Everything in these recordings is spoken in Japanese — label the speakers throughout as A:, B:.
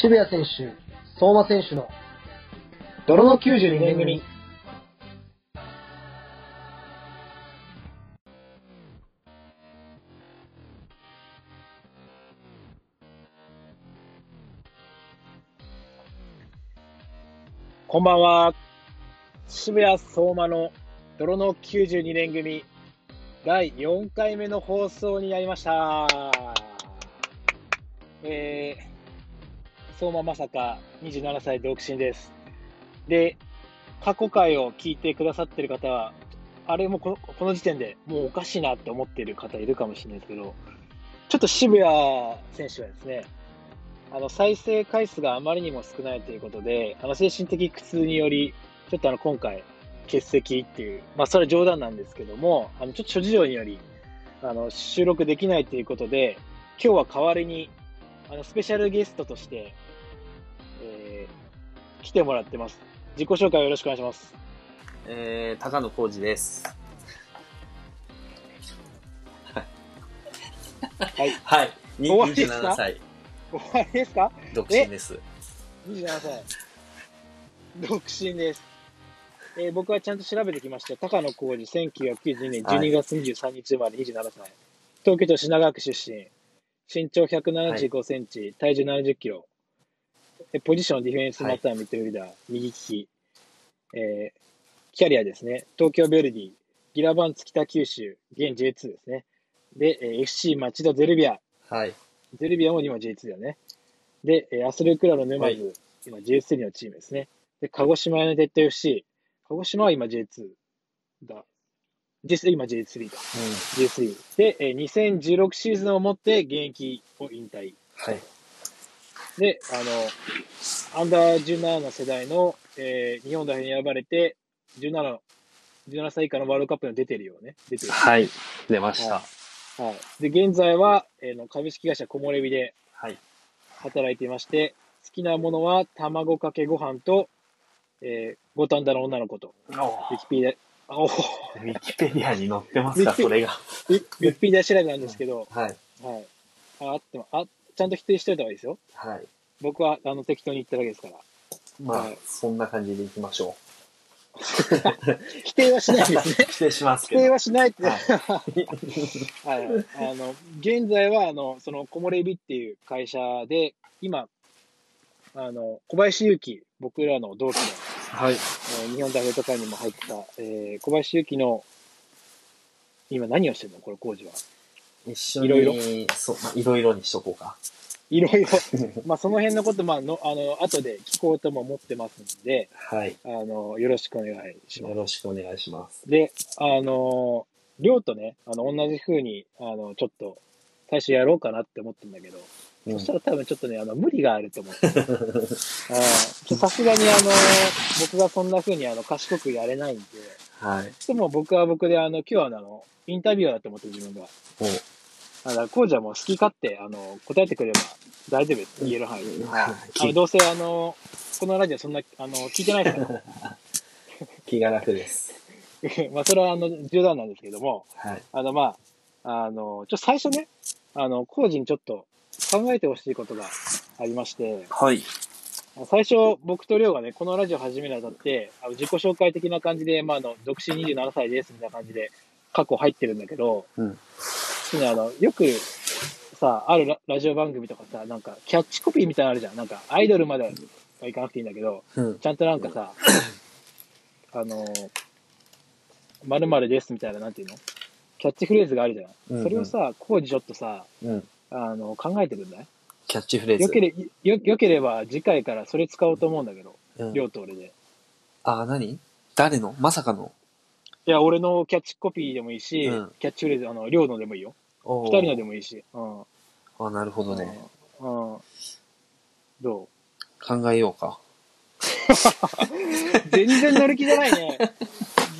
A: 渋谷選手、相馬選手の
B: 泥の92年組。こんばんは。渋谷相馬の泥の92年組第4回目の放送になりました。えー、相馬まさか27歳独身です。で、過去回を聞いてくださってる方は、あれもこのこの時点でもうおかしいなって思ってる方いるかもしれないですけど、ちょっと渋谷選手はですね、あの再生回数があまりにも少ないということで、あの精神的苦痛により、ちょっとあの今回、欠席っていう、まあ、それは冗談なんですけども、あのちょっと諸事情によりあの収録できないということで、今日は代わりにあのスペシャルゲストとして、えー来てもらってます。自己紹介をよろしくお願いします。
C: えー、高野浩二です。
B: はい、
C: はい。に
B: 終わりですか
C: 27歳、
B: 終わりですか
C: 独身です。
B: ?27 歳。独身です。えー僕はちゃんと調べてきました。高野浩二、1992年12月23日生まれ、27歳。東京都品川区出身。身長175センチ、体重70キロ。えポジションディフェンスまたはミッドフィルダー、右利き。えーキャリアですね。東京ベルディ、ギラバンツ北九州、現 J2 ですね。で、えー FC 町田ゼルビア、
C: はい。
B: ゼルビアも今 J2 だよね。で、えーアスルクラブの沼津、
C: は
B: 今 J3 のチームですね。で、鹿児島ユナイテッド FC、鹿児島は今 J2 だ。J3 今 J3 か。
C: うん。
B: J3。で、えー2016シーズンをもって現役を引退。
C: はい。
B: で、あの、アンダー17の世代の、えー日本代表に選ばれて、17、17歳以下のワールドカップに出てるよね。出てる。
C: はい。出ま
B: した。はい。で、現在は、えーの株式会社コモレビで、
C: はい。
B: 働いていまして、好きなものは卵かけご飯と、えー、五反田の女の子と、ウィキペディア、あおウ
C: ウィキペディアに載ってます
B: かそれ
C: が。
B: ィウィキペディア調べなんですけど、
C: はい。
B: はい。あ、あっても、あ、ちゃんと否定しといた方がいいですよ。
C: はい。
B: 僕は、あの、適当に言っただけですから。
C: まあ、
B: はい
C: そんな感じでいきましょ
B: 否定はし
C: う。
B: ないですね。
C: 失礼します
B: 否
C: け
B: 定
C: ど。
B: はしないって。
C: は
B: はい。あの、現在は、あの、その、コモレビっていう会社で、今、あの、小林祐希、僕らの同期の
C: はい。
B: えー日本代表とかにも入った、えー小林幸の、今何をしてるのこれ、工事は。
C: 一緒に、
B: いろい
C: そう、まあ、いろいろにしとこうか。
B: いろいろ、まあ、その辺のこと、まあ、の、あの、後で聞こうとも思ってますんで、
C: はい。
B: あの、よろしくお願いしま
C: よろしくお願いします。
B: す。で、あの、りょうとね、あの、同じ風に、あの、ちょっと、最初やろうかなって思ってんだけど、
C: う
B: そ
C: ん
B: したら多分ちょっとね、あの、無理があると思って。あーちょさすがに、あの、僕がそんな風に、あの、賢くやれないんで、
C: はい。
B: でも僕は僕で、あの、今日はあの、インタビュアーだと思って自分が。
C: も
B: あの、こうじゃもう好き勝手、あの、答えてくれれば大丈夫です。言える範囲で。
C: う、
B: はい。あの、
C: 気
B: どうせあの、このラジオそんな、あの、聞いてないから。
C: 気が楽です。
B: まあ、それはあの、冗談なんですけども、
C: はい。
B: あの、まあ、あの、ちょっと最初ね、あの、コージにちょっと考えてほしいことがありまして、
C: はい。
B: 最初僕とりょうがね、このラジオ始めるにあたって、あの自己紹介的な感じで、まあ、あの、独身27歳ですみたいな感じで、過去入ってるんだけど、
C: うん。
B: ねあの、よくさ、あるララジオ番組とかさ、なんかキャッチコピーみたいなのあるじゃん。なんかアイドルまではいかなくていいんだけど、
C: うん。
B: ちゃんとなんかさ、あの、〇〇ですみたいな、なんていうのキャッチフレーズがあるじゃ
C: うんうん
B: ん。それをさ、コージちょっとさ、
C: うん。
B: あの、考えてくんない
C: キャッチフレーズ。
B: よけれよよければ次回からそれ使おうと思うんだけど、
C: うん
B: りょうと俺で。
C: あ、何誰のまさかの
B: いや、俺のキャッチコピーでもいいし、
C: うん
B: キャッチフレーズ、あの、りょうのでもいいよ。
C: お
B: 二
C: ー
B: 人のでもいいし。うん。
C: あ、なるほどね。
B: うん。うんどう
C: 考えようか。
B: 全然乗る気じゃない ね。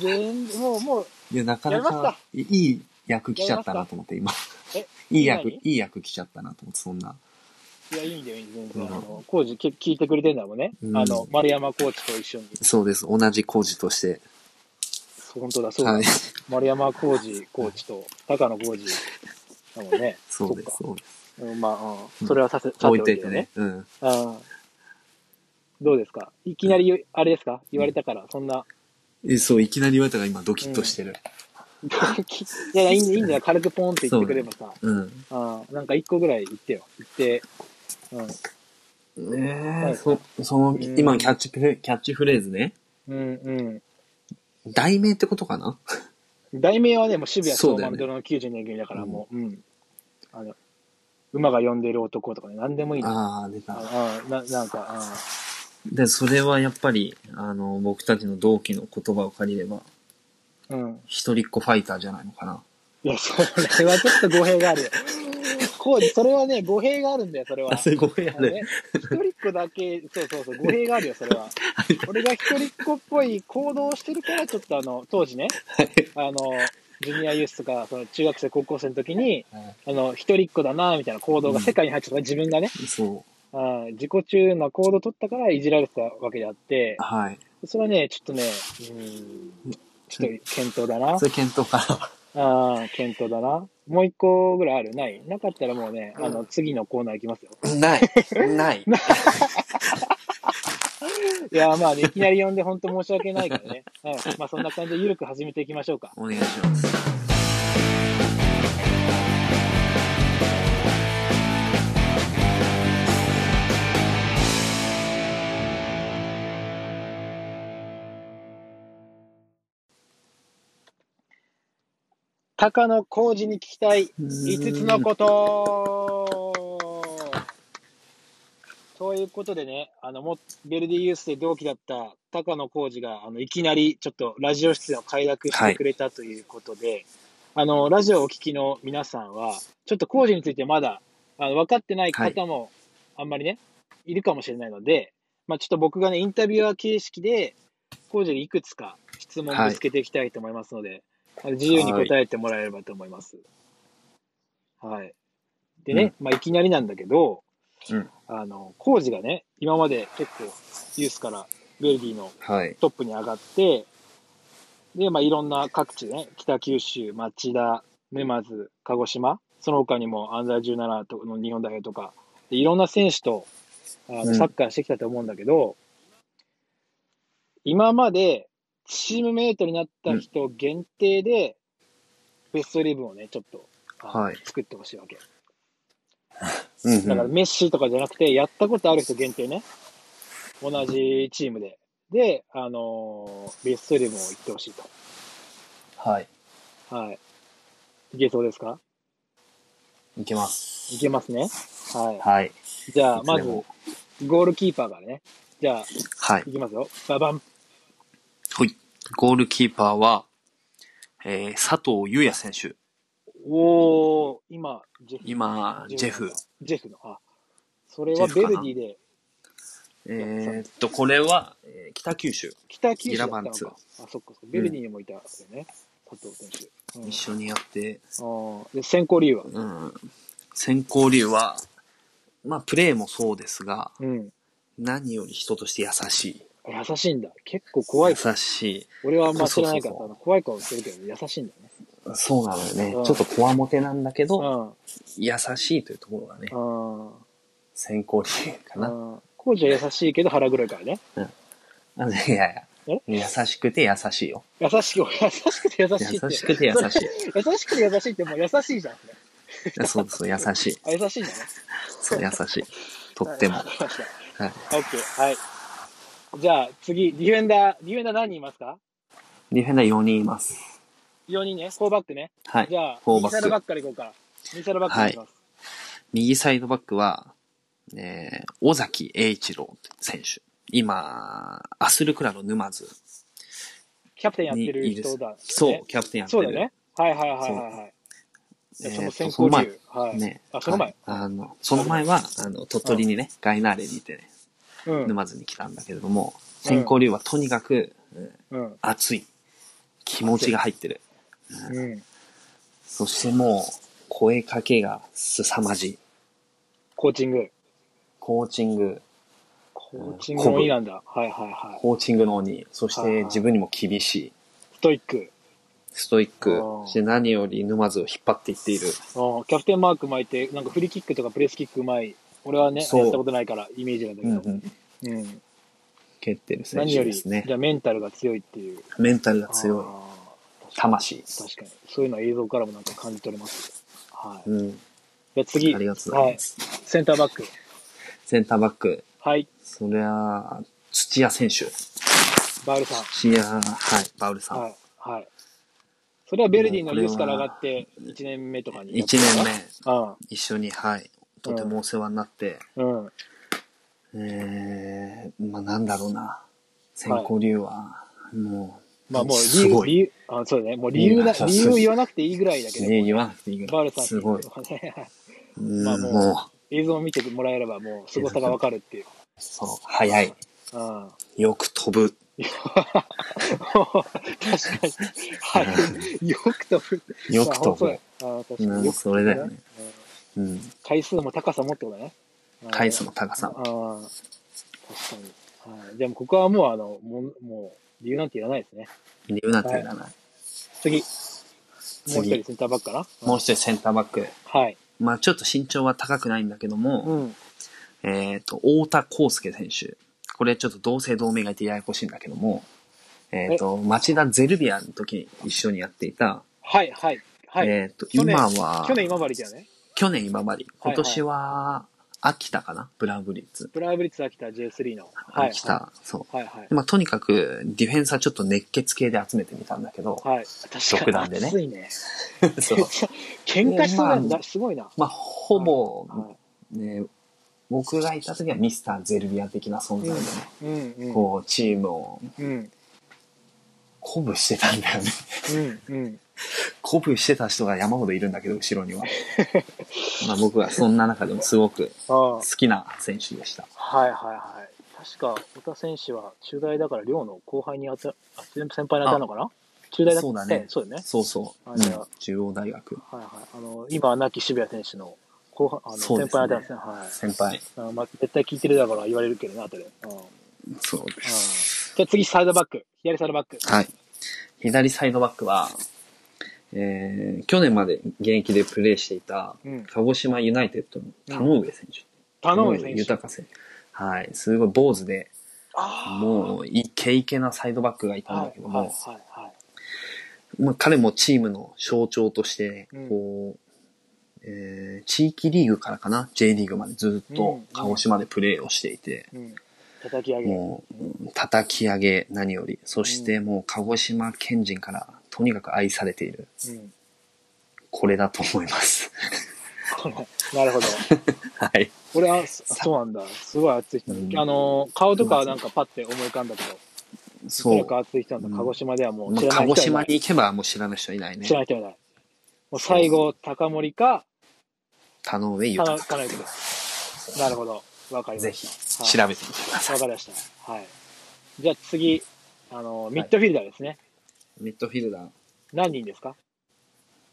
B: 全もう、もう、
C: いや、なかな
B: やりま
C: か、いいい役来ちゃったなと思って、今
B: え。
C: いい役、
B: 何
C: いい役来ちゃったなと思って、そんな。
B: いや、いいんだよ、いいんだよ全
C: うん
B: 然。あの、コージけ聞いてくれてんだもんね。
C: うん
B: あの、丸山コーチと一緒に。
C: そうです。同じ工事として。
B: 本当だ、そうだ。
C: はい。
B: 丸山コーチコーチと高野コーチだもんね。
C: そう
B: そっ
C: です。
B: か
C: そうです。
B: うん、まあ、う、
C: うんん
B: それはさせ、さ
C: 置
B: ておい
C: いとい
B: て
C: て
B: ね
C: ね。。うん。
B: うん。どうですかいきなり、あれですか言われたから、そんな。
C: えそう、いきなり言われたから今ドキッとしてる。
B: いやいや、いいんいいんじゃない軽くポンって言ってくればさ。
C: うん。
B: うん。なんか一個ぐらい言ってよ。言って。
C: ね
B: は
C: え、
B: い
C: そ、その、
B: ん
C: 今のキャッチフレ、キャッチフレーズね。
B: うん。うん、
C: 題名ってことかな
B: うん。題名はね、もう渋谷
C: そ
B: 相
C: うだよ
B: 馬
C: ね
B: ミドルの92年組だから、もう、うん。あの、馬が呼んでる男とかね、なんでもいいの。
C: ああ、出た。
B: ああ、な、なんか、ああ
C: で、それはやっぱり、あの、僕たちの同期の言葉を借りれば、
B: うん。
C: 一人っ子ファイターじゃないのかな。
B: いや、それはちょっと語弊があるよ。こう、それはね、語弊があるんだよ、それは。
C: れごめん
B: あのね。一人っ子だけ、そうそうそう、語弊があるよ、それ は。俺が一人っ子っぽい行動をしてるから、ちょっとあの、当時ね、あの、ジュニアユースとか、その中学生、高校生の時に、あの、一人っ子だな、みたいな行動が世界に入っちゃった、自分がね、
C: そ
B: あー自己中な行動を取ったからいじられてたわけであって
C: う。、はい。
B: それはね、ちょっとね、うん、ちょっと検討だな
C: そ。れ検討か
B: ああ、検討だな。もう一個ぐらいあるないなかったらもうね、あの、次のコーナー行きますよ。
C: ら。 ない。ない。
B: いやー、まあ、いきなり呼んで本当申し訳ないけどね。うん。まあ、そんな感じで緩く始めていきましょうか。
C: お願いします。
B: 高野浩二に聞きたい5つのことということでね、あの、も、ベルディユースで同期だった高野浩二が、あの、いきなりちょっとラジオ出演を快諾してくれたということで、あの、ラジオをお聞きの皆さんは、ちょっと浩二についてまだ、あの、分かってない方も、あんまりね、い、るかもしれないので、まあ、ちょっと僕がね、インタビュアー形式で、浩二にいくつか質問をぶつけていきたいと思いますので、あの自由に答えてもらえればと思います。はい。でね、まあ、いきなりなんだけど、
C: うん
B: あの、コージがね、今まで結構、ユースからベルディの
C: はい。
B: トップに上がって、で、まあ、いろんな各地ね、北九州、町田、沼津、鹿児島、その他にもアンダー17との日本代表とか、でいろんな選手とあ
C: う
B: の
C: ん
B: サッカーしてきたと思うんだけど、今までチームメイトになった人限定で、ベストイレブンをね、ちょっと、あの
C: はい
B: 作ってほしいわけ。
C: うん
B: だからメッシとかじゃなくて、やったことある人限定ね。同じチームで。で、あのーベストイレブンを行ってほしい
C: はい。
B: と。はい。いけそうですか
C: いけます。
B: いけますね。は
C: はい。
B: い。じゃあ、
C: いつ
B: ま
C: で
B: ず、
C: も
B: ゴールキーパーからね。じゃあ、
C: はい。
B: いきますよ。ババン。
C: はい。ゴールキーパーは、えー、佐藤優也選手。
B: おー、今、ジェフ。
C: 今、ジェフ。。
B: ジェフの。あ、それはベルディで、
C: えーっと、これは、えー北九州。
B: 北九州だっ
C: ギ
B: た
C: ラ
B: の
C: バンツ
B: か。あ、そっかそっか。ベルディにもいたよね。佐藤選手。うん
C: 一緒にやって、
B: あーで、先行理由は
C: うん。先行理由は、まあ、プレーもそうですが、
B: うん。
C: 何より人として優しい。
B: 優しいんだ。結構怖い。
C: 優しい。
B: 俺はあんま知らないから
C: そうそうそう
B: あの怖い顔してるけど、優しいんだよね。
C: そうなのよね。
B: うん
C: ちょっとこわもてなんだけ
B: う
C: ど、
B: ん。
C: 優しいというところがね、
B: うん。
C: 先行理由かな。
B: うん。コージは優しいけど腹黒いからね。
C: あ のいやいや、優しくて優しいよ。
B: 優しく、優しくて優しいって。
C: 優しくて優しい。
B: 優しくて優しいってもう優しいじゃん。
C: そうそう、優しい。
B: あ、優しいんだね。
C: そう、優 しい。とっても
B: はいわ。かりました。
C: はい
B: オッケー。はい。じゃあ次、ディフェンダー。ディフェンダー何人いますか
C: ディフェンダー4人います。
B: ?4 人ね。4バックね。
C: は
B: じ
C: い。
B: ゃあ、
C: フォーバ
B: ミ
C: ック
B: サルバックからいこうか。ミサルバックいきます。
C: 右サイドバックは、えー、尾崎栄一郎選手。今、アスルクラの沼津
B: キャプテンやっ
C: に
B: てる
C: いる。
B: 人だ、ね。
C: そう、キャプテンやって
B: そう
C: る。
B: だよね。はいはいはいはいはい。
C: そう
B: でその
C: えー
B: 先
C: と
B: 行
C: その前
B: 中。はい。
C: ね。
B: あ、その前
C: はい。あの、その前は、あの、鳥取にね、ガイナーレにいてね、
B: うん。
C: 沼津に来たんだけれども、先行流はとにかく、うん
B: うん。
C: 熱い。気持ちが入ってる。
B: うん。
C: そしてもう、声かけが凄まじい。
B: コーチング。
C: コーチング、
B: コーチングもいいなんだ。はいはいはい。
C: コーチングの鬼、そし
B: はいはい
C: て自分にも厳しい。
B: ストイック。
C: ストイック
B: あー
C: して何より沼津を引っ張っていっている。
B: うんキャプテンマーク巻いて、なんかフリーキックとかプレスキックうまい。俺はね、
C: そう
B: やったことないから、イメージなんだけど。
C: ん。
B: うん
C: 蹴ってる選
B: 何よ
C: 手
B: り、
C: ですね
B: じ。ゃあメンタルが強いっていう。
C: メンタルが強い。
B: あー
C: 魂。
B: 確かに。そういうのは映像からもなんか感じ取れます。はい。
C: うん。
B: じゃあ次
C: あ、りがとうございます。
B: センターバック。
C: センターバック。
B: はい、
C: そりゃ、土屋選手。
B: バールさん。
C: 土屋、はい、バウルさん。
B: はい。はい。それはベルディのユースから上がって、1年目とかに。
C: 1年
B: 目。
C: 目、一緒に、はい、とてもお世話になって、
B: うん。うん。
C: えー、まあなんだろうな。先行理由は、もう、
B: まあもう理
C: す
B: 由、
C: ご
B: 理
C: い。
B: 由、あ、そうだね。もう理由だ、
C: いいな
B: 理由を言わなくていいぐらいだけど、
C: ね言わなくていいぐ
B: バ
C: ら
B: ール
C: い。
B: さんって
C: す
B: うの
C: ご。
B: はいね
C: うん、
B: まあもう
C: もう、
B: 映像を見てもらえればもう凄さがわかるっていう。
C: そう、速い。
B: うん。確
C: よく飛ぶ。
B: かに。 はい。よく飛ぶ。
C: よく飛ぶ
B: まあ。本当だあ確か
C: う
B: に。
C: ん、
B: よく飛
C: そ
B: ぶ
C: れだよね。。
B: うん
C: うん。
B: 回数も高さもってことだね。うん
C: 回数の高さ
B: あ。あ、確かに。はい。じゃあもうここはもうあの、もう、もう、理由なんていらないですね。
C: 理由なんていらない。
B: 次。もう一
C: 次
B: 人センターバックかな
C: もう一人センターバック。
B: はい。
C: まあちょっと身長は高くないんだけども、
B: ん。
C: えっ、と、太田康介選手。これちょっと同姓同名がいてややこしいんだけども、えっ、と、町田ゼルビアの時に一緒にやっていた、
B: はい、はい、はい。
C: えっ、と、
B: 去年
C: 今は、
B: 去年今治だよね。
C: 去年今治。
B: はい
C: 今年は、秋田かなブラウンブリッツ。
B: ブラーブリッツ秋田 J3 の。はい。
C: 秋田、そう。
B: はい、はい。
C: まあ、とにかく、ディフェンサーちょっと熱血系で集めてみたんだけど、
B: はい。確
C: 独
B: か
C: 断
B: に。
C: でね
B: 熱いね。
C: そう
B: 喧嘩しそうなん
C: でま
B: だ。すごいな。
C: まあ、ほぼ、
B: は
C: ね、僕がいた時はミスターゼルビア的な存在でね、
B: い。うん、うん。
C: こう、チームを
B: うん、
C: 鼓舞してたんだよね。
B: うん、うん。
C: 鼓舞してた人が山ほどいるんだけど、後 ろには。まあ、僕はそんな中でもすごく
B: ああ。
C: 好きな選手でした。
B: はいはいはい。確か、太田選手は中大だから寮の後輩にあた、あ先輩に当たるのかな中大だ
C: そうだね
B: そうだよね。
C: そうそう。
B: あじゃあ
C: うん中央大学。
B: はいはい。あの、今は亡き渋谷選手の後輩、あの、
C: そう
B: 先
C: で
B: 輩に当たる
C: すね
B: んですね。はい
C: 先輩。
B: あの。まあ、絶対聞いてるだから言われるけどね、後で。うん。うん
C: そうで
B: じ
C: す。
B: ゃあ次、サイドバック。左サイドバック。
C: はい。左サイドバックは、えー、去年まで現役でプレーしていた
B: うん、
C: 鹿児島ユナイテッドの田上選手。
B: 田上選手。
C: 豊選手。はい。すごい坊主で、
B: あ
C: もうイケイケなサイドバックがい
B: あ。
C: たん
B: は
C: だ
B: い
C: けども、
B: はいはいはい。
C: まあ、彼もチームの象徴として
B: うん、
C: こう、えー地域リーグからかな、J リーグまでずっ
B: うんう
C: と
B: ん
C: 鹿児島でプレーをしていて、
B: うん。叩き上げ。
C: もううん叩き上げ何より、そしてもう鹿児島県人からとにかく愛されている、
B: うん。
C: これだと思います。
B: なるほど。
C: はい。
B: 俺は、そそうなんだ。すごい熱い人。
C: うん
B: あの、顔とかはなんかパッて思い浮かんだけど。
C: そ
B: そうらく。熱い人なんだ。鹿児島ではもう
C: も
B: 知
C: う
B: らな
C: 鹿
B: い人
C: 児
B: はいな
C: 島
B: い。
C: に行けばもう知らない人いないね
B: 知。らない人はいない。もう最後、高森か、
C: 田上
B: 田
C: 豊。
B: 中裕です。なるほど。わかりました。
C: ぜひ、
B: はい
C: 調べてみてくださ
B: わ
C: い。
B: かりました。はい。じゃあ次、あの、ミッドフィルダーですね。
C: ミッドフィルダー
B: 何人ですか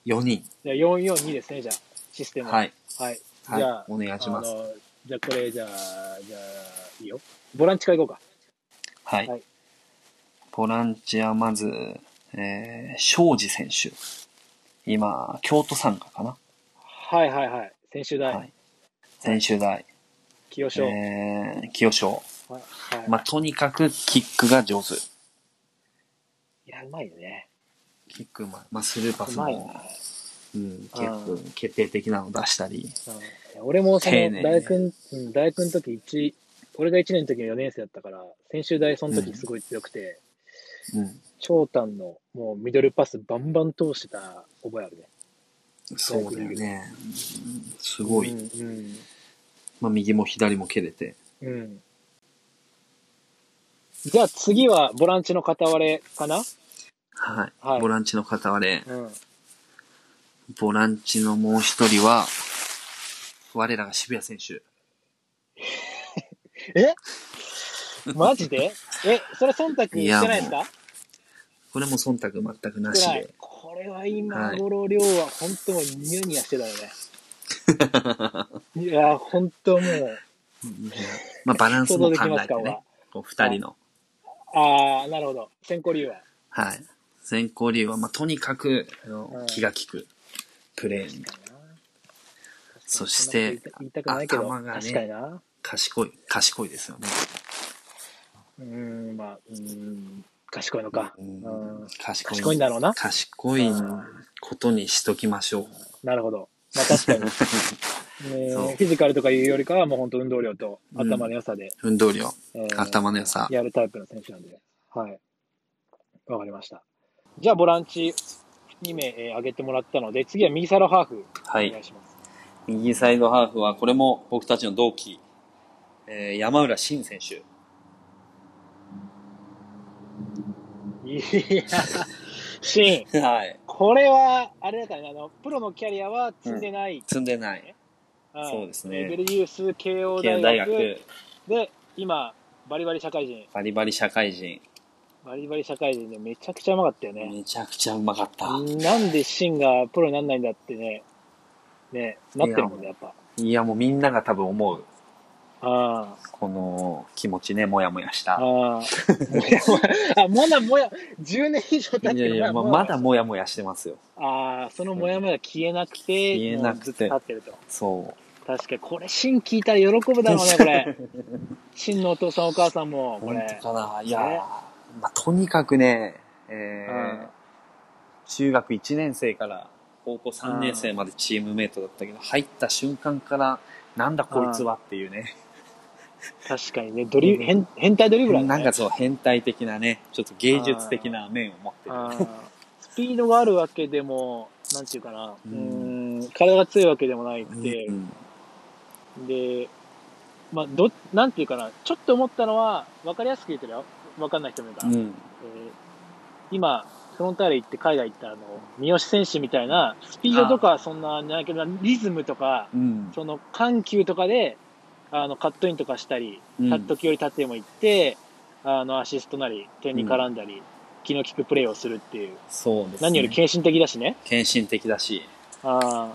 C: 4人。
B: じゃあ442ですね、じゃあ、システム。
C: はい。
B: はい。
C: は
B: じ
C: い
B: ゃあ、、
C: お願いします
B: あ。のじゃあこれ、じゃあ、じゃあ、いいよ。ボランチからいこうか。
C: はい。
B: はい
C: ボランチはまず、えー、庄司選手。今、京都参加かな。
B: はいはいはい。専修大、
C: はい専修大、
B: 清志郎、
C: えー、清少。
B: はいはい
C: まあ、とにかくキックが上手。
B: いや、うまいよね。
C: キックうまいまあ、スルーパ
B: う
C: ス
B: まいよ
C: も、
B: ね。
C: うん、結構決定的なの出したり。
B: うんいや俺もその
C: 丁寧にね
B: 大学ん、うん大学の時一俺が1年の時は4年生だったから、専修大その時すごい強くて、
C: うん。
B: 長短のもうミドルパスバンバン通してた覚えあるね。
C: そうだよね。うんすごい。
B: うん、
C: まあ、右も左も蹴れて。
B: うん。うん。じゃあ次はボランチの片割れかな
C: はい。
B: はい
C: ボランチの片割れ。
B: うん。
C: ボランチのもう一人は、我らが渋谷選手。
B: え マジでえ、それ忖度してないです
C: いや
B: か
C: これも忖度全くなし
B: 辛い
C: で。。
B: これは今頃、亮は本当もうニヤニヤしてたよ ね。いや、本当もう。
C: まあ、バランスも
B: 想像
C: 考
B: できま
C: え
B: すか
C: て
B: 俺は
C: ね。こう二人の。
B: ああ、なるほど。先行理由は。
C: はい。選考理由は、まあ、とにかく、あの
B: うん
C: 気が利くプレーみたいな。そし
B: そん
C: て
B: なこと言いたくないけど
C: 頭がね
B: 確かにな。
C: 賢い、賢いですよね。
B: うーん、まあ、うーん、賢いのか。
C: うん
B: うん
C: 賢い。
B: 賢いんだろうな。
C: 賢いことにしときましょう。
B: なるほど。まあ 確かに。ねえ
C: そう
B: フィジカルとかいうよりかは、もう本当運動量と
C: うん
B: 頭の良さで、
C: 運動量、
B: えー
C: 頭の良さ。
B: やるタイプの選手なんで。はい。わかりました。じゃあ、ボランチ2名、えー上げてもらったので、次は右サイドハーフ、
C: は
B: お願いします。
C: 右サイドハーフは、これも僕たちの同期、えー山浦慎選手。
B: いや、シン、
C: はい。
B: これは、あれだからね、あの、プロのキャリアは積んでない。
C: 積んでない。
B: ん
C: そうですね
B: えーベルギウス慶応
C: 慶応
B: 大
C: 大
B: 学
C: 学、
B: で、今、バリバリ社会人、
C: バリバリ社会人。
B: バリバリ社会人でめちゃくちゃうまかったよね。
C: めちゃくちゃうまかった。
B: なんでシンがプロになんないんだってね、ね、なってるもんね、やっぱ。
C: いや、もうみんなが多分思う。
B: あ
C: この気持ちね、もやもやし
B: あ、ああ
C: た。
B: もやも や、あ、もだもや、10年以上経って
C: いやいや、まあまだ
B: も
C: もやもやしてますよ。
B: やああ、そのもやもや消えなくて、
C: 消えなく
B: もう
C: て
B: ずっと立ってると。
C: そう。
B: 確かに、これ、シン聞いたら喜ぶだろう ね、これ。シンのお父さん、お母さんも、こ
C: 本
B: れ。
C: 当かな。いやー
B: ね
C: まあ、とにかくね、え
B: うん
C: ー、中学1年生から高校3年生までチームメイトだったけど、入った瞬間から、なんだこいつはっていうね。
B: 確かにね、ドリブ、変変態ドリブラーだ
C: な
B: ね。
C: んかそう、変態的なね、ちょっと芸術的な面を持ってる。
B: あースピードがあるわけでも、なんていうかな、う
C: う
B: ー
C: ん
B: ん、体が強いわけでもないっ
C: うん
B: て
C: う、ん
B: で、まあ、ど、なんていうかな、ちょっと思ったのは、わかりやすく言ってるよ。わかんない人もいるから。
C: う
B: えー
C: ん
B: 今、フロンターレ行って海外行ったあの、三好選手みたいな、スピードとかはそんなんじゃないけど、リズムとか、
C: うん
B: その緩急とかで、あの、カットインとかしたり、
C: うん
B: た時より縦も行って、あの、アシストなり、点に絡んだり、気の利くプレーをするっていう。
C: そうですね。
B: 何より献身的だしね。
C: 献身的だし、
B: あ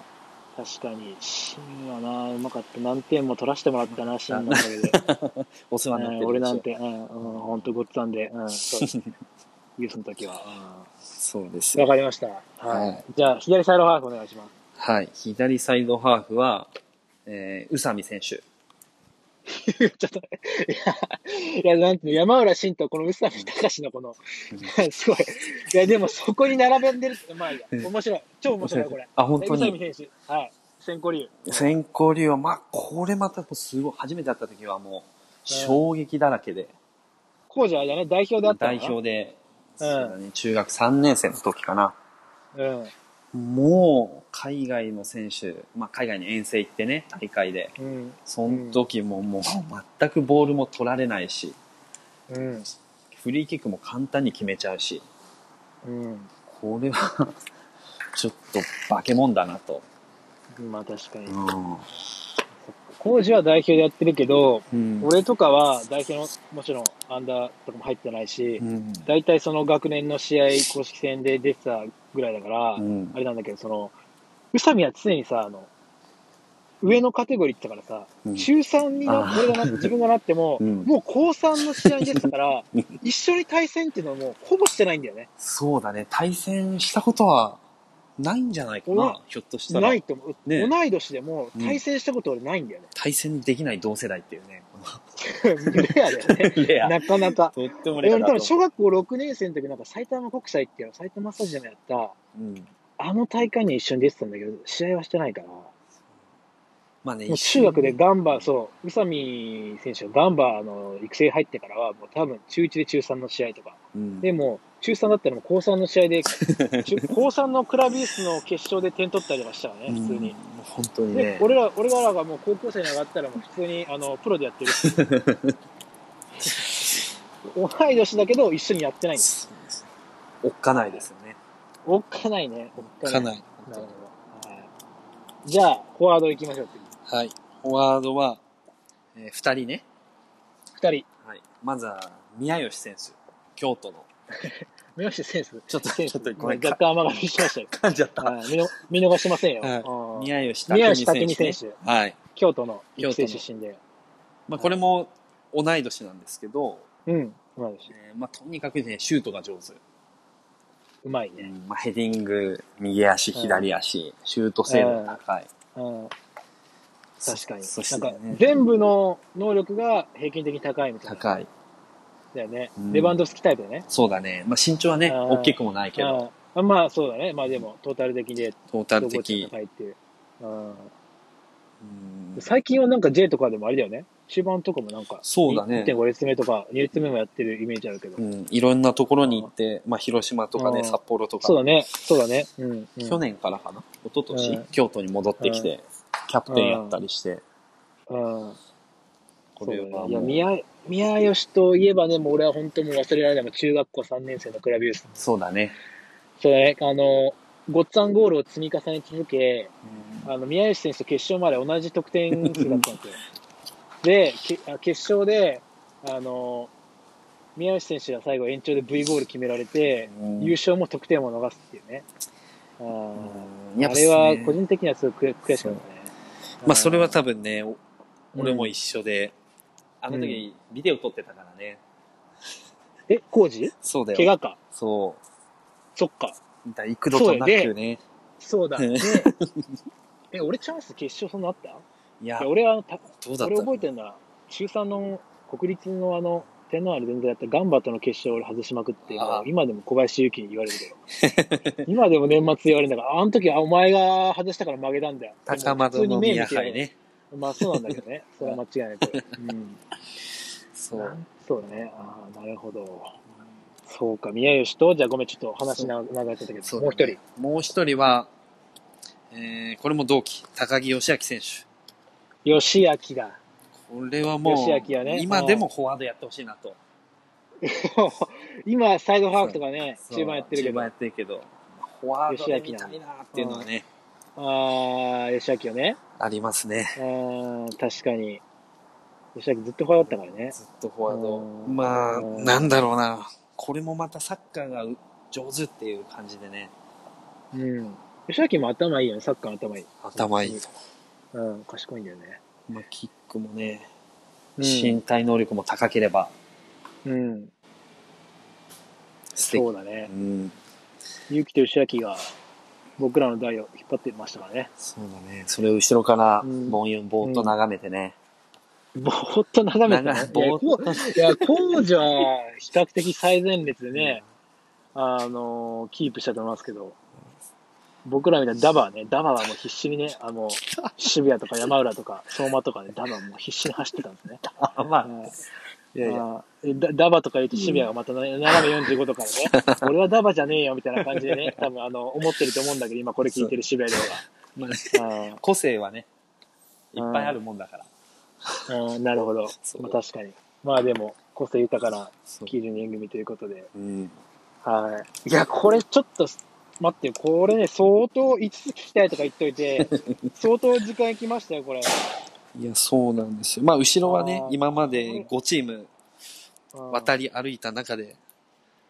B: あ、確かに。シーンはな、うまかった。何点も取らせてもらったな、シーンのおかげ で。
C: お世話に
B: う
C: なって
B: ん
C: る
B: 俺
C: でしょ
B: なんて、うん、うん、ほんとごっつぁんで、うん、そう です。ユースの時は。
C: そうです
B: うんわか
C: よ。
B: りました。はい。
C: はい
B: じゃあ、左サイドハーフお願いします。
C: はい。左サイドハーフは、えー、宇佐美選手。
B: ちょっと、いや、いやなんていうの、山浦慎とこの宇佐美隆のこの、 すごい。いや、でもそこに並べんでるって、まあいいや、面白い。超面白い、これ。
C: あ、本当
B: 宇佐美
C: に。
B: 選手、はい。先行理由。
C: 先行理由は、まあ、これまた、すごい、初めて会った時はもう、衝撃だらけで、
B: こうじゃあれだね、代表であったの
C: 代
B: かな
C: 表で、
B: うん
C: そうだね、中学3年生の時かな。
B: うん。
C: もう、海外の選手、まあ、海外に遠征行ってね、大会で。
B: うん。
C: その時ももう、全くボールも取られないし、
B: うん。
C: フリーキックも簡単に決めちゃうし、
B: う
C: これは、 ちょっと、化け物だなと。
B: ん。まあ確かに。
C: う
B: 工事は代表でやってるけど、
C: ん。
B: 俺とかは代表の、もちろんアンダーとかも入ってないし
C: う、ん。
B: 大体その学年の試合、公式戦で出てたぐらいだから、
C: うん
B: あれなんだけど、その、宇佐美は常にさ、あの、上のカテゴリーって言ったからさ、
C: うん
B: 中3にな
C: あ、ー
B: 俺がな、自分がなっても、
C: うん
B: もう高3の試合に出てた から、一緒に対戦っていうのはもうほぼしてないんだよね。
C: そうだね。対戦したことはないんじゃないか
B: うん
C: な。ひょっとしたら
B: な。いと思う。
C: ね
B: 同い年でも対戦したこと俺ないんだよね。
C: 対戦できない同世代っていう ね。
B: レアだよ ね。
C: レ。
B: なかなか。
C: とっても
B: 俺
C: レ
B: 多
C: アだ
B: 分
C: と
B: 小学校6年生の時なんか埼玉国際っていうの埼玉スタジアムやった
C: 思う。うん。
B: あの大会に一緒に出てたんだけど試合はしてないからも
C: まあね、
B: う中学でガンバそう宇佐美選手がガンバの育成入ってからはもう多分中1で中3の試合とか
C: うん
B: でも中3だったらもう高3の試合 で中高3のクラビウスの決勝で点取ったりとかしたらね
C: うん
B: 普通に。
C: 本当に
B: で
C: ね。
B: 俺ら俺らがもう高校生に上がったらもう普通にあのプロでやってる 同い年だけど一緒にやってないんです
C: おっかないですよね。
B: おっかないね。おっ
C: おっかない。
B: なるほど。はい、じゃあ、フォワード行きましょう。
C: はい。フォワードは、えー二人ね。
B: 次二人。
C: はい。まずは、宮吉選手。京都の。
B: 目指してセンス。
C: ちょっと
B: センス
C: ちょっとごめん
B: 若干甘がみしましたよ。
C: 噛んじゃった。
B: はい見の見逃しませんよ。
C: はい
B: うん
C: 宮吉
B: 宮
C: 拓
B: 吉
C: 実
B: 拓
C: 選
B: 実
C: 手ね。
B: 選手
C: はい。
B: 京都の育成出身で。
C: まあ、これも同い年なんですけど、
B: うん。うまいですね
C: えーまあ、とにかくね、シュートが上手。
B: ううまいね。
C: まあ、ヘディング、右足、左足、シュート精度高い。
B: うん、確かに。
C: そ
B: な
C: し
B: んか
C: てね、
B: 全部の能力が平均的に高いみたいな。
C: 高い。
B: だよね。
C: うん
B: レバンドフスキタイプだね。
C: そうだね。まあ、身長はね、
B: うん
C: 大きくもないけど、
B: うん、まあそうだね。まあでも、トータル的で、
C: トータ
B: ど
C: ル
B: こ一
C: 的
B: 番。高いっていう。うん
C: うん
B: 最近はなんか J とかでもあれだよね。中盤とかもなんか、
C: そうだね
B: 1.5列目とか2列目もやってるイメージあるけど。
C: うん、いろんなところに行って、まあ、広島とか
B: う
C: ね、
B: ん
C: 札幌とか、
B: そうだね。そうだね。うん、うん。
C: 去年からかな、一昨年、
B: うん
C: 京都に戻ってきて、キャプテンやったりして、
B: うん。
C: これ
B: そうだ
C: は
B: ねいや、
C: もう
B: 宮、宮吉といえばね、もう俺は本当もう忘れられない。もう中学校3年生のクラビウス。
C: そうだね。
B: そうだね。あの、ごっつぁんゴールを積み重ね続け、あの、宮吉選手と決勝まで同じ得点数だったんですよ。で、けあ決勝で、あの、宮吉選手が最後延長で V ゴール決められて、
C: うん
B: 優勝も得点も逃すっていうね。あー
C: うんやっ
B: あ
C: ぱ
B: れは個
C: ね
B: 人的にはすごく悔悔しかったね。
C: まあ、それは多
B: 分、
C: 分ね、お俺も一緒で、あの時、ビデオ撮ってたからね。
B: え、工事
C: そうだよ。
B: 怪我か。
C: そ
B: そっか。
C: う。だ幾度とな
B: そう
C: く
B: よ
C: ね。
B: そうだ。
C: ね
B: でえ、俺チャンス決勝そんなあったい
C: いや
B: や、、俺はた、
C: どうだった
B: 俺覚えてるのは、中3の国立のあの、天皇杯で全然やったガンバとの決勝を俺外しまくって、
C: ああ
B: 今でも小林祐希に言われるけ ど、今でも年末言われるんだから、あの時、あ、お前が外したから負けたんだよ。
C: 高松の宮杯。ね。
B: まあそうなんだけど ね。それは間違いないけど。うん
C: そう。
B: そうね。ああ、なるほど。そうか、宮吉と、じゃあごめん、ちょっと話しな長れてたけ
C: そ
B: ど、
C: う
B: もう一人。
C: もう一人は、えー、これも同期、高木義明選手。
B: 吉明だ。
C: これはも
B: 義明は
C: う、
B: ね
C: 今でもフォワードやってほしいなと。
B: 今、サイドハーフとかね、中盤やってるけ
C: 中
B: ど
C: 盤や。ってるけど、フォワードで見たいなっていうのはね、
B: ああ、吉明をね。
C: ありますね。
B: あー確かに。吉明ずっとフォワードだったからね。
C: ずっとフォワード。
B: うん
C: まあ、
B: うん
C: なんだろうな。これもまたサッカーが上手っていう感じでね、
B: うん。吉明も頭いいよね、サッカーの頭いい。
C: 頭いい。
B: うん、賢いんだよね。
C: まあ、キックもね、
B: うん
C: 身体能力も高ければ
B: うん。
C: 素敵。
B: そうだね
C: う。ん。
B: 勇気と吉明が僕らの代を引っ張ってましたからね。
C: そうだね。それを後ろから、
B: うん
C: ぼんゆんぼーっと眺めてね。
B: ぼーっと眺めてたね。いや
C: ぼーっと
B: いや、工事は比較的最前列でね、あのキープしたと思いますけど、僕らみたいなダバはね、ダバはもう必死にね、あの、渋谷とか山浦とか相馬とかね、ダバはもう必死に走ってたんですね。
C: あ、 まあ、いやいや。
B: あーダダバとか言うと渋谷がまたね斜め45度からね、俺はダバじゃねえよみたいな感じでね、多分あの、思ってると思うんだけど、今これ聞いてる渋谷
C: まあね
B: では。
C: 個性はね、いっぱいあるもんだから。
B: あーあーなるほど。
C: そう
B: まあ、確かに。まあでも、個性豊かな
C: そう
B: 90人組ということで。
C: うん。
B: はい。いや、これちょっと、待ってよ、これね、相当5つ聞きたいとか言っといて、 相当時間いきましたよ、これ。
C: いや、そうなんですよ。まあ、後ろはね
B: あー、
C: 今まで5チーム
B: うん
C: 渡り歩いた中で、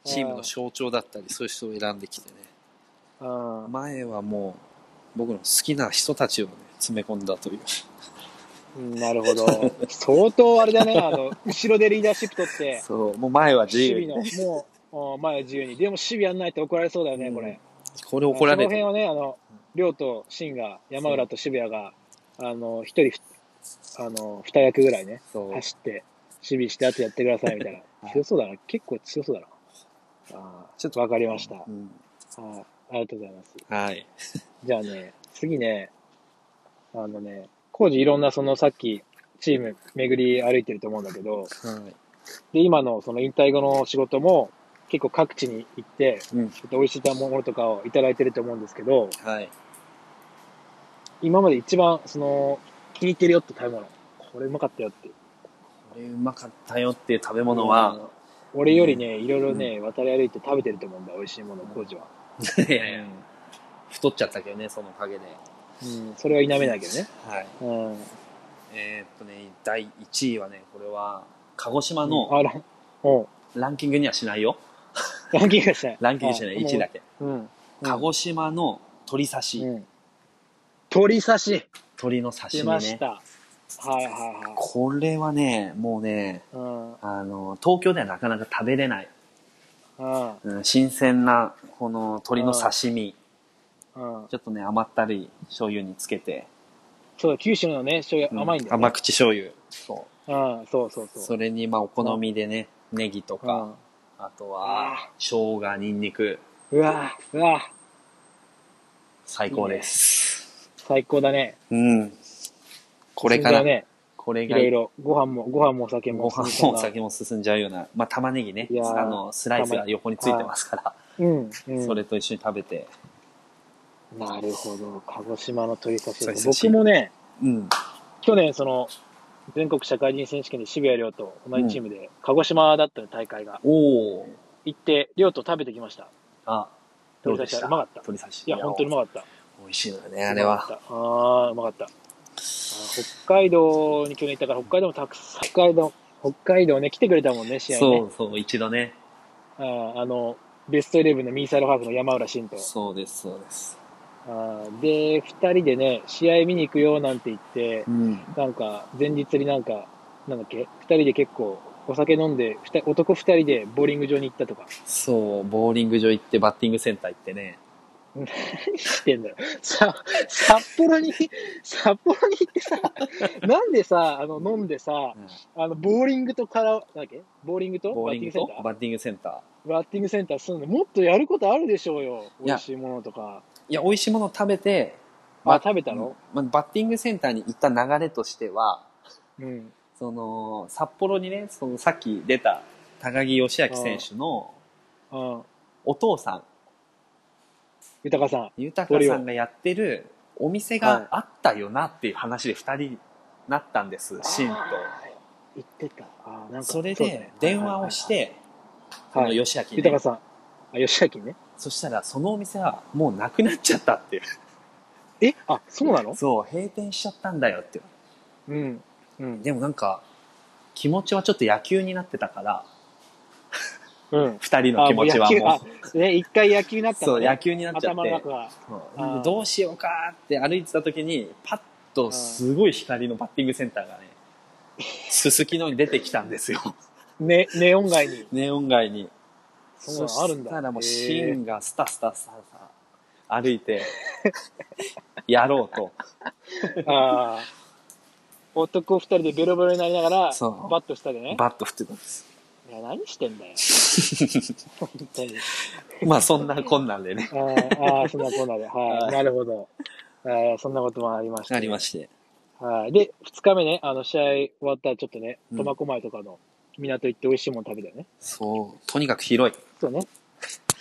C: チームの象徴だったり、そういう人を選んできてね。
B: うん
C: 前はもう、僕の好きな人たちをね、詰め込んだという。
B: うんなるほど。相当あれだね、あの、後ろでリーダーシップ取って、
C: そう、もう前は自由
B: 守備
C: に、
B: の、もう、うん前は自由に。でも守備やんないと怒られそうだよね、これ。
C: これ怒ら
B: そ
C: れ
B: の
C: て
B: 辺
C: る。
B: はね、あの、亮と真が、山浦と渋谷が、あの、一人ふ、あの、二役ぐらいね、
C: そう
B: 走って、守備して、あとやってくださいみたい
C: は
B: な。
C: い
B: 強そうだな。結構強そうだな。あー
C: ちょっと
B: わかりました。は
C: う
B: い
C: ん
B: ありがとうございます。
C: はい。
B: じゃあね、次ね、あのね、工事いろんなそのさっきチーム巡り歩いてると思うんだけど、
C: はい。
B: で、今のその引退後の仕事も結構各地に行って、
C: うん。
B: ちょっと美味しいものとかをいただいてると思うんですけど、
C: はい。
B: 今まで一番その気に入ってるよって食べ物、これうまかったよって。
C: これうまかったよっていう食べ物は、
B: 俺よりね、いろいろね、渡り歩いて食べてると思うんだ、美味しいもの、工事は。
C: いやいや、太っちゃったけどね、そのおかげで。
B: うん、それは否めないけどね。
C: はい。
B: うん。
C: えーっとね、第1位はね、これは、鹿児島
B: あ
C: の
B: ら、うん。
C: ランキングにはしないよ。
B: ランキングがしない。
C: ランキングにしない、1位だ
B: け。
C: け。
B: うん。
C: 鹿児島の鳥刺し、
B: うん。鳥刺し
C: 鳥の刺
B: 出
C: 身
B: まし
C: ね。
B: た。はいは
C: これはね、もうね、
B: いはい。うん。
C: あの、東京ではなかなか食べれない
B: うん。
C: うん新鮮な、この鶏の刺身、
B: うん。
C: ちょっとね、甘ったるい醤油につけて、
B: そうだ、九州のね、醤
C: う
B: 油甘いんだよ、ね
C: 甘口醤油。そ
B: うん、そうそう
C: う。
B: そう。
C: それに、まあ、お好みでね、ネギと
B: う
C: か、
B: ん。
C: あとは、生姜、ニンニク、
B: うわぁ、うわぁ、
C: 最高です。
B: 最高だね。
C: うん。これか
B: 進
C: ら、
B: んだね、
C: これ
B: い
C: が
B: ろいろ、ご飯も、ご飯もお酒も。
C: ご飯もお酒も進んじゃうような、まあ、玉ねぎね
B: いや、ー
C: あの、スライスが横についてますから、
B: うん、うん。
C: それと一緒に食べて、
B: なるほど。鹿児島の鳥刺
C: 鳥
B: し。
C: 刺し
B: 僕もね、
C: うん。
B: 去年、その、全国社会人選手権で渋谷亮と同じチームで、鹿児島だったの大会が、
C: おー。
B: 行って、亮と食べてきました。
C: あ、どう
B: 鳥
C: で
B: 刺
C: し
B: し、
C: た
B: うまかった。
C: 鳥刺し。
B: いや、本当にうまかった。
C: 美味しいのよね、あれは。。
B: ああー、うまかった。あー北海道に去年行ったから、北海道もたくさん、北海道、北海道ね、来てくれたもんね、試合ね。
C: そうそう、一度ね。
B: あーあの、ベストイレブンのミーサイルハーフの山浦慎と。
C: そうです、そうです。
B: あーで、二人でね、試合見に行くよなんて言って、
C: うん。
B: なんか、前日になんか、なんだっけ、二人で結構、お酒飲んで、二人男二人でボーリング場に行ったとか。
C: そう、ボーリング場行って、バッティングセンター行ってね。
B: 何してんだよ。さ、札幌に、札幌に行ってさ、なんでさ、あの、飲んでさ、あの、ボーリングとカラオ、なんだっけボーリングと
C: ボ
B: バ
C: ー
B: ッ
C: リ
B: ティングセ
C: ング
B: ン
C: と
B: ター
C: バッティングセンター。
B: バッティングセンターするの、もっとやることあるでしょうよ。
C: い
B: 美
C: や
B: 味しいものとか。
C: いや、美味しいもの食べて、
B: あ
C: バッ
B: 食べたの
C: まあバッティングセンターに行った流れとしては、
B: うん。
C: その、札幌にね、そのさっき出た高木義明選手の
B: うん。
C: お父さん、
B: 豊さん。
C: 豊さんがやってるお店があったよなっていう話で二人なったんです、シンと。
B: あー。言ってた。あーなんか
C: それ
B: うだ
C: で
B: ね
C: 電話をし、て、そ
B: はいはいは
C: の
B: いはい
C: 吉明
B: 豊
C: に、
B: さん。あ、吉明ね。
C: そしたらそのお店はもうなくなっちゃったっ ていう。
B: えあ、そうなの
C: そう、閉店しちゃったんだよっていう。
B: うん。うん。
C: でもなんか、気持ちはちょっと野球になってたから、
B: うん。
C: 二人の気持ちは
B: あもう野
C: も
B: 球ね、一回野球にな
C: う。
B: ったの
C: そう、
B: ね
C: 野球になっちゃっ
B: 頭の
C: て
B: 中。が。
C: そう
B: あー
C: どうしようかって歩いてた時に、パッとすごい光のバッティングセンターがね、 すすきのに出てきたんですよ。
B: ね、ネオン街に。
C: ネオン街に。
B: そうなのあるんだ
C: そしたらもう
B: へー
C: シンがスタスタスタスタ歩い て、やろうと。
B: ああ。男二人でベロベロになりながら、バ
C: そう
B: ットしたでね。
C: バッと振ってたんです。
B: いや、何してんだよ。本当に。
C: まあそんなこんなんでね、
B: あーあー、そんなコーナーで。は
C: はい
B: い。なるほど。あーそんなこともありました。
C: ありまして。
B: はい。で、二日目ね、あの、試合終わったらちょっとね
C: う、ん
B: 苫小牧とかの港行って美味しいもの食べたよね。
C: そう、とにかく広い。
B: そうね。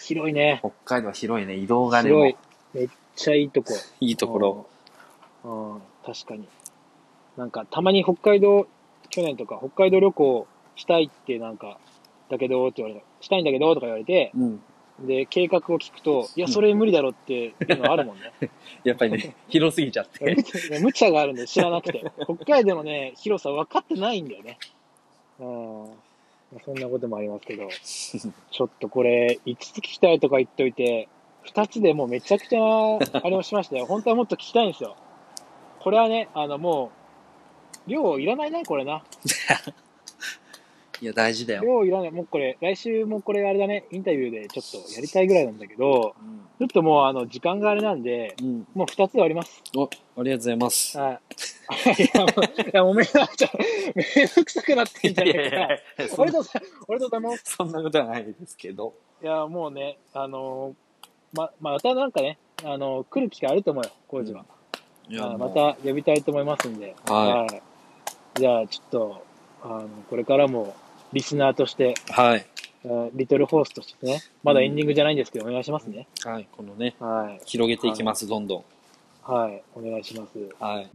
B: 広いね。
C: 北海道は広いね、移動がね、もう
B: 広
C: い
B: い。めっちゃいいとこ。
C: いところ。
B: うん、確かに。なんか、たまに北海道、去年とか、北海道旅行したいって、なんか、だけどって言われた、したいんだけどとか言われて、
C: うん。
B: で、計画を聞くと、いや、それ無理だろっていうのあるもんね。
C: やっぱり ね、広すぎちゃっ
B: いや無
C: て。
B: 茶いや無茶があるんで知らなくて。北海道のね、広さ分かってないんだよね。うん。そんなこともありますけど、ちょっとこれ、5つ聞きたいとか言っといて、2つでもうめちゃくちゃ、あれをしましたよ。本当はもっと聞きたいんですよ。これはね、あのもう、量いらないね、これな。
C: いや、大事だよ。
B: 量いらない。もうこれ、来週もこれあれだね、インタビューでちょっとやりたいぐらいなんだけど、
C: うん
B: ちょっともうあの、時間があれなんで、
C: うん。
B: もう2つで終わります。
C: お、ありがとうございます。
B: はい。 いや、もう、いやもうめんどくさめんどくさくな ってんじゃねえかな。
C: そ
B: 俺
C: んな
B: とさ、俺とだもん。い
C: そんなことはないですけど。
B: や、もうね、あのー、ま、またなんかね、あのー、来る機会あると思うよ、工事は。
C: い
B: はいま、た呼びたいと思いますんで。。
C: はい
B: じゃあ、ちょっと、あの、これからも、リスナーとして、
C: はい。
B: うんリトルホースとしてね、まだエンディングじゃないんですけど、お願いしますね。
C: はい、このね、
B: はい。
C: 広げていきます、どんどん。
B: はい。お願いします。
C: はい。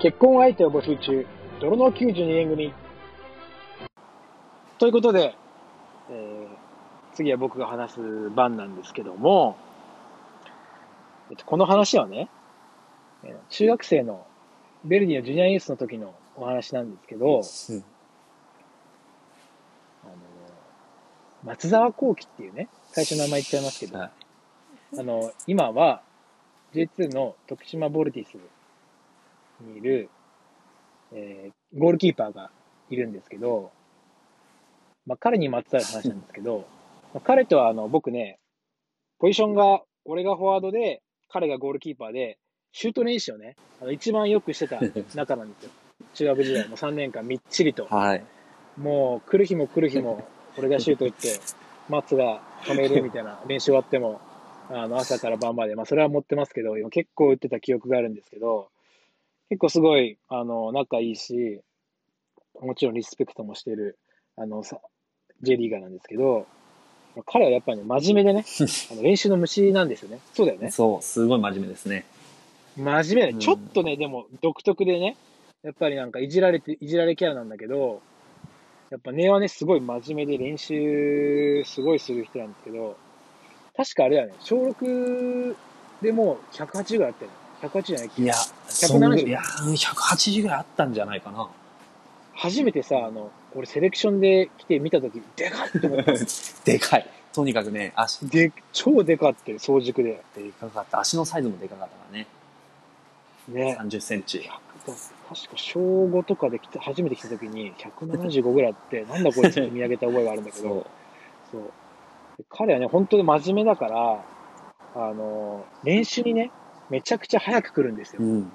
B: 結婚相手を募集中、泥の92年組。ということで、えー次は僕が話す番なんですけども、えっと、この話はね、えー中学生のベルディのジュニアユースの時のお話なんですけど、
C: うん
B: あの松沢幸輝っていうね、最初の名前言っちゃいますけど、
C: はい
B: あの今は J J2 の徳島ボルティスにいる、えーゴールキーパーがいるんですけど、まあ、彼にまつわる話なんですけど、まあ彼とはあの僕ね、ポジションが、俺がフォワードで、彼がゴールキーパーで、シュート練習をね、あの一番よくしてた仲なんですよ。中学時代も3年間みっちり と。
C: はい。
B: もう来る日も来る日も、俺がシュート打って、松が止めるみたいな、練習終わっても、あの朝から晩まで、まあ、それは持ってますけど、今結構打ってた記憶があるんですけど、結構すごいあの仲いいし、もちろんリスペクトもしてる、あのさ J リーガーなんですけど、彼はやっぱり、ね、真面目でね、あの練習の虫なんですよね。そうだよね。
C: そう、すごい真面目ですね。
B: 真面目だ
C: うん
B: ね。ちょっとね、でも独特でね、やっぱりなんかいじられて、いじられキャラなんだけど、やっぱ根はね、すごい真面目で練習すごいする人なんですけど、確かあれだよね、小6でもう180ぐらいあったよね。180じゃない
C: いや、そんぐらいいや、うん180ぐらいあったんじゃないかな。
B: 初めてさ、あの、俺セレクションで来て見たとき、でかっって思った。
C: でかい。とにかくね、足、
B: で、超でかって、早熟で。
C: でかかった。足のサイズもでかかったからね。
B: ね。
C: 30センチ。
B: 確か小5とかで来た初めて来た時に175ぐらいあって、なんだこいつって見上げた覚えがあるんだけど、そうで彼はね、本当に真面目だから、あの、練習にね、めちゃくちゃ早く来るんですよ
C: う。ん。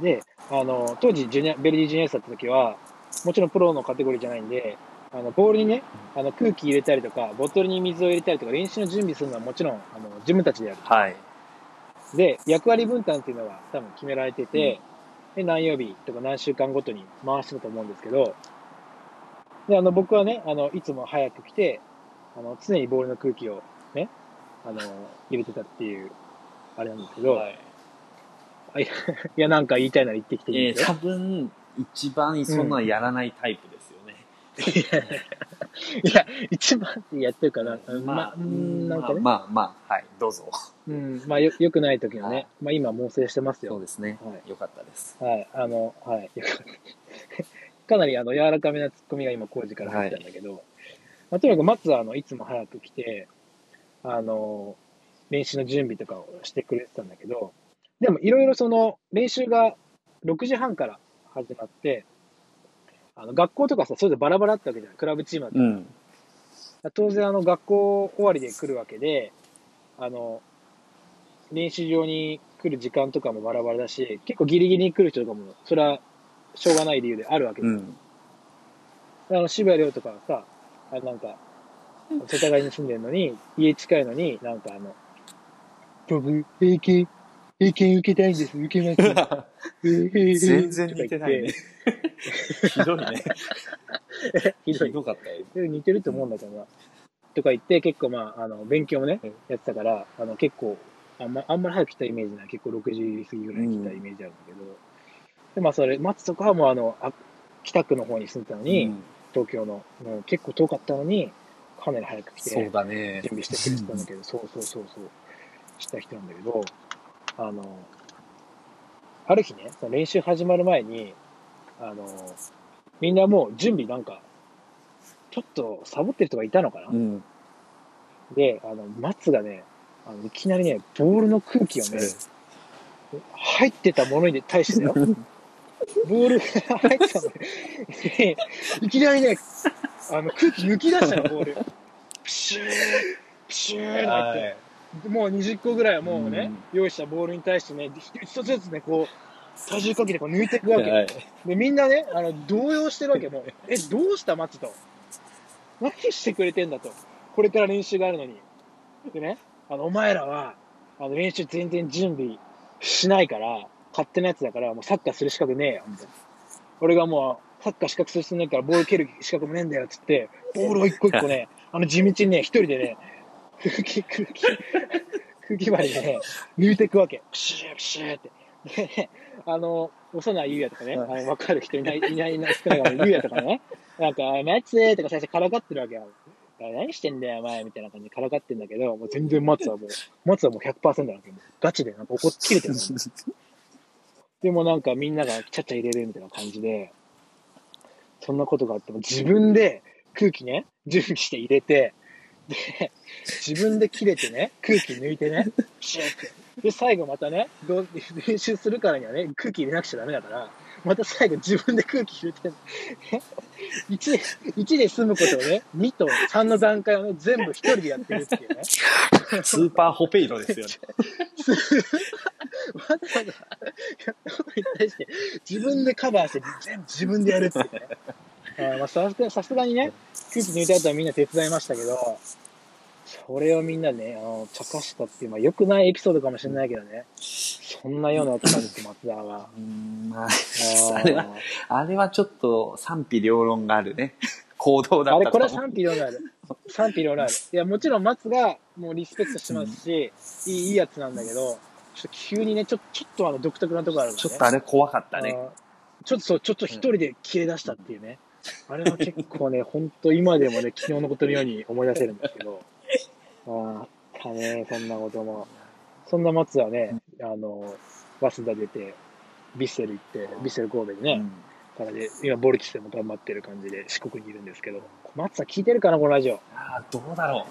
B: で、あの、当時ジュニア、ベルディジュニアスだった時は、もちろんプロのカテゴリーじゃないんで、あの、ボールにね、あの、空気入れたりとか、ボトルに水を入れたりとか、練習の準備するのはもちろん、あの、自分たちでやる。
C: はい。
B: で、役割分担っていうのが多分決められてて、で、何曜日とか何週間ごとに回してたと思うんですけど、で、あの、僕はね、あの、いつも早く来て、あの、常にボールの空気をね、あの、入れてたっていう、あれなんですけど、い、
C: い
B: や、なんか言いたいなら言ってきていい
C: え
B: ん
C: ー
B: です
C: 多
B: よ。
C: 分、一番そんなのやらないタイプですよね。
B: いや、一番ってやってるかな。
C: ま
B: ま
C: あ、
B: あ、うん、なんかね、
C: まあ、まあ、はい、どうぞ。
B: うん、まあ、よ、良くない時のね、
C: はい
B: まあ、今、猛省してます
C: そう
B: よ。
C: ですね。
B: はい
C: よかったです。
B: はい、あの、はい。 かなりあの柔らかめなツッコミが今、工事から入ったんだけど、まあ、とにかく松はあのいつも早く来て、あの、練習の準備とかをしてくれてたんだけど、でもいろいろその練習が6時半から始まって、あの学校とかさ、それぞれバラバラだったわけじゃない、クラブチームだった
C: うん。
B: 当然あの学校終わりで来るわけであの練習場に来る時間とかもバラバラだし結構ギリギリに来る人とかもそれはしょうがない理由であるわけで
C: う
B: す、
C: ん。
B: あの渋谷亮とかはさあなんか世田谷に住んでるのに家近いのになんかあの「僕英検英検受けたいんです受けます」
C: 全
B: 全
C: 然似てないね。 ひどい ね。
B: ひどい
C: かったよ。
B: で似てると思うんだけどな。とか言って、結構まあ、あの、勉強もね
C: うん、
B: やってたから、あの、結構、あんま、あんまり早く来たイメージない。結構6時過ぎぐらいに来たイメージあるんだけど。で、まあ、それ、松とかはもうあの、あ北区の方に住んでたのに、
C: うん
B: 東京の、もう結構遠かったのに、かなり早く来て、
C: そうだね。
B: 準備してくれてたんだけど、そうそうそうそう、した人なんだけど、あの、ある日ね、その練習始まる前に、あの、みんなもう準備なんか、ちょっとサボってる人がいたのかな、
C: うん。
B: で、あの、松がね、あのいきなりね、ボールの空気をね、入ってたものに対してだよ。 ボールが入ってたのに、いきなりね、あの空気抜き出したの、ボール。プシュー、プシューって入って。
C: はい
B: もう20個ぐらいはもうね、用意したボールに対してね、一つずつね、こう、体重かけてこう抜いていくわけ。
C: はい
B: で、みんなね、あの、動揺してるわけ。もう、え、どうした、松と。何してくれてんだと。これから練習があるのに。でね、あの、お前らは、あの、練習全然準備しないから、勝手なやつだから、もうサッカーする資格ねえよ、みたいな。俺がもう、サッカー資格する必要ないから、ボール蹴る資格もねえんだよ、つって、ボールを一個一個ね、あの、地道にね、一人でね、空気、空気、空気針でね、抜いていくわけ。プシュー、プシューって。でね、あの、幼いゆうやとかね、あ
C: は
B: の、わかる人いない、いない、いない、少ないから、ゆうやとかね、なんか、マツとか最初からかってるわけよ。何してんだよ、お前みたいな感じでからかってんだけど、もう全然松はもう、松はもう100%なわけよ。ガチで、なんか怒っ切れてるの。でもなんかみんながちゃっちゃ入れるみたいな感じで、そんなことがあっても自分で空気ね、準備して入れて、自分で切れてね、空気抜いてね、シューって。で、最後またね、どう練習するからにはね、空気入れなくちゃダメだから、また最後自分で空気入れてんの。1で、1で済むことをね、2と3の段階をね、全部一人でやってるっていうね。
C: スーパーホペイロですよね。
B: わざわざやった ことに対して、自分でカバーして、全部自分でやるっていうね。あーまあ、さすがさすがにね、空気抜いた後はみんな手伝いましたけど、それをみんなね、あの、茶化したっていう、まあ、良くないエピソードかもしれないけどね、そんなような男です、松田 は。
C: うんまあ、
B: ー
C: あれは、あれはちょっと賛否両論があるね。 行動だ
B: あ
C: っ
B: れ、
C: た
B: ことれ
C: 思
B: は賛否両論ある。賛否両論ある。いや、もちろん松が、もうリスペクトしてますし、いい、いいやつなんだけど、ちょっと急にね、ちょ、ちょっとあの、独特なとこあるのね。
C: ちょっとあれ怖かったね。
B: あーちょっとそう、ちょっと一人で消え出したっていうね。あれは結構ね、本当今でもね、昨日のことのように思い出せるんですけど。ああ、かね、そんなことも。そんな松はね、あの、早稲田出て、ヴィッセル行って、ヴィッセル神戸に
C: う
B: ね、
C: ん
B: からで、今、ボルキスでも頑張ってる感じで、四国にいるんですけど、松は聞いてるかな、このラジオ。
C: ああ、どうだろ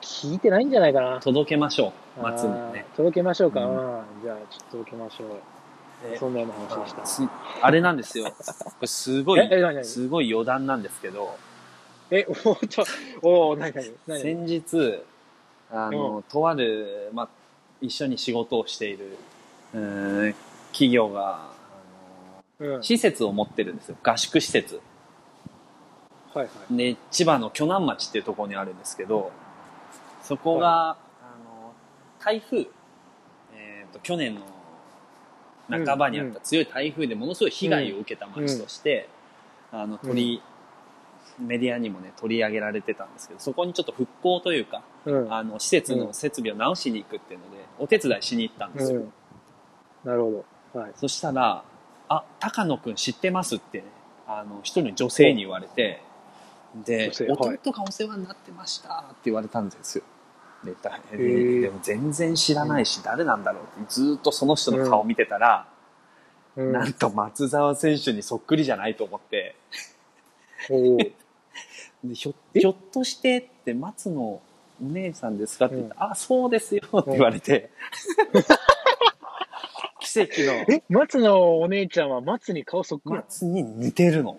B: 聞いてないんじゃないかな
C: う。。届けましょう。松にね
B: あ。ー届けましょうか。
C: う
B: うんじゃあ、ちょっと届けましょう。
C: で
B: そんなような話でした。
C: すあれなんですよ。これすごい
B: え、え、何何
C: すごい余談なんですけど、
B: え、おーちょ、おー、なになになに
C: 先日、あの、とある、まあ、一緒に仕事をしている、うーん企業が、
B: うん。
C: あの
B: はい
C: 施設を持ってるんですよ。合宿施設。
B: はい。
C: で、千葉の鋸南町っていうところにあるんですけど、そこが、あの、台風、えっ、と、去年の半ばにあった強い台風でものすごい被害を受けた町として、あの、取り、メディアにもね、取り上げられてたんですけど、そこにちょっと復興というか、
B: うん。
C: あの、施設の設備を直しに行くっていうので、お手伝いしに行ったんです
B: う
C: よ。
B: ん。なるほど。はい。
C: そしたら、あ、高野くん知ってますって、あの、一人の女性に言われて、で
B: 女性、はい
C: 弟がお世話になってましたって言われたんですよ。で、大変
B: へ
C: で
B: え
C: でも全然知らないし、誰なんだろうって、ずーっとその人の顔見てたら、
B: うん
C: なんと松沢選手にそっくりじゃないと思って、
B: おー
C: でひょひょっとしてって、松のお姉さんですかって言ったら、あ、そうですよって言わ れて、奇跡の
B: え、松のお姉ちゃんは松に顔そっくりな
C: 松に似て るの。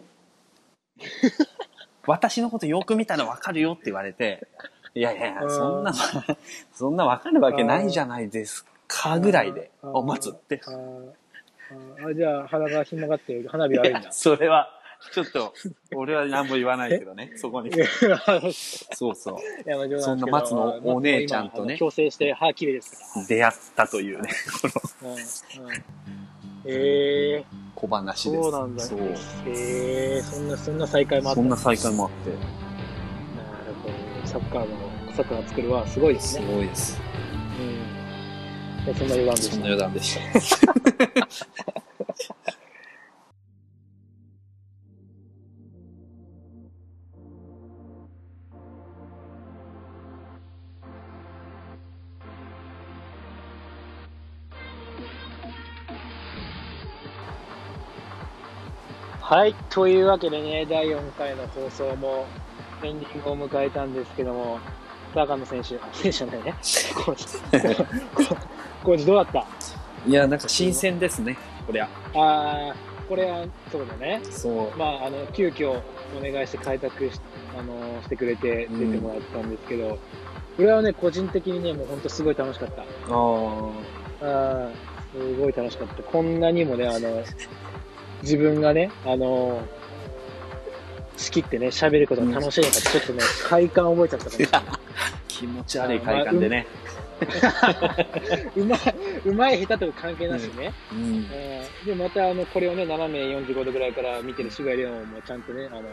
C: 私のことよく見たらわかるよって言われて、いやいやいや、
B: うん
C: そんな、 そんなわかるわけないじゃないですかぐらいで、
B: うん
C: あ、松って。
B: のあーあー、じゃあ鼻がひん曲がって花火
C: い
B: 悪いん
C: や
B: だ。
C: それは、ちょっと、俺は何も言わないけどね、そこに
B: い。や
C: そうそ
B: いやまあ冗談ですけど
C: そんな松のお姉ちゃんとね
B: あの強制して歯綺麗ですか
C: う。出会ったというね、こ
B: ら。う
C: の
B: ん。うん、えー、
C: 小話です。
B: そうなんだ。
C: そう。
B: えー、そんな、そんな再会もあった
C: そんな再会もあって、
B: なるほど。サッカーの、サッカーの作るはすごいです
C: す
B: ね。
C: ごいです。
B: うん。いやそんな余談で
C: そ
B: し
C: んな
B: た。
C: 余談でした。
B: はい、というわけでね、第4回の放送もエンディングを迎えたんですけども、高野選手、選手じゃないね、コーチ、 コーチどうだった
C: いや、なんか新鮮ですね、こりゃ。
B: あー、これはそうだね、
C: そう。
B: まあ、あの急遽お願いして開拓し,、あのしてくれて出てもらったんですけど、これはね、個人的にね、もう本当すごい楽しかった。
C: ああ。
B: あーすごい楽しかった。こんなにもね、あの、自分がね、あの、仕切ってね、喋ることが楽しいのかって、ちょっとね、快感覚えちゃったかもしれない。
C: 気持ち悪い快感でね。
B: うまい、うまい下手とか関係なしね。
C: うん
B: えーで、また、あの、これをね、斜め45度ぐらいから見てる渋谷亮もちゃんとね、あの、ま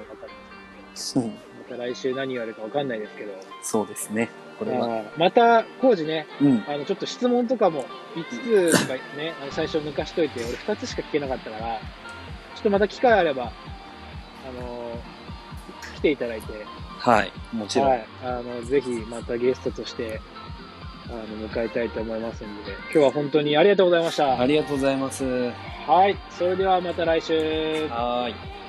C: そう
B: た、また来週何言われるかわかんないですけど、
C: そうですね。これは。
B: あーまた、工事ね、
C: うん。
B: あの、ちょっと質問とかも、5つとかね、あの最初抜かしといて、俺2つしか聞けなかったから、ちょっとまた機会あれば、あのー来ていただいて、
C: はい。もちろん。
B: はい、あの、ぜひまたゲストとして、あの、迎えたいと思いますので、今日は本当にありがとうございました。
C: ありがとうございます。
B: はい、それではまた来週。
C: はーい。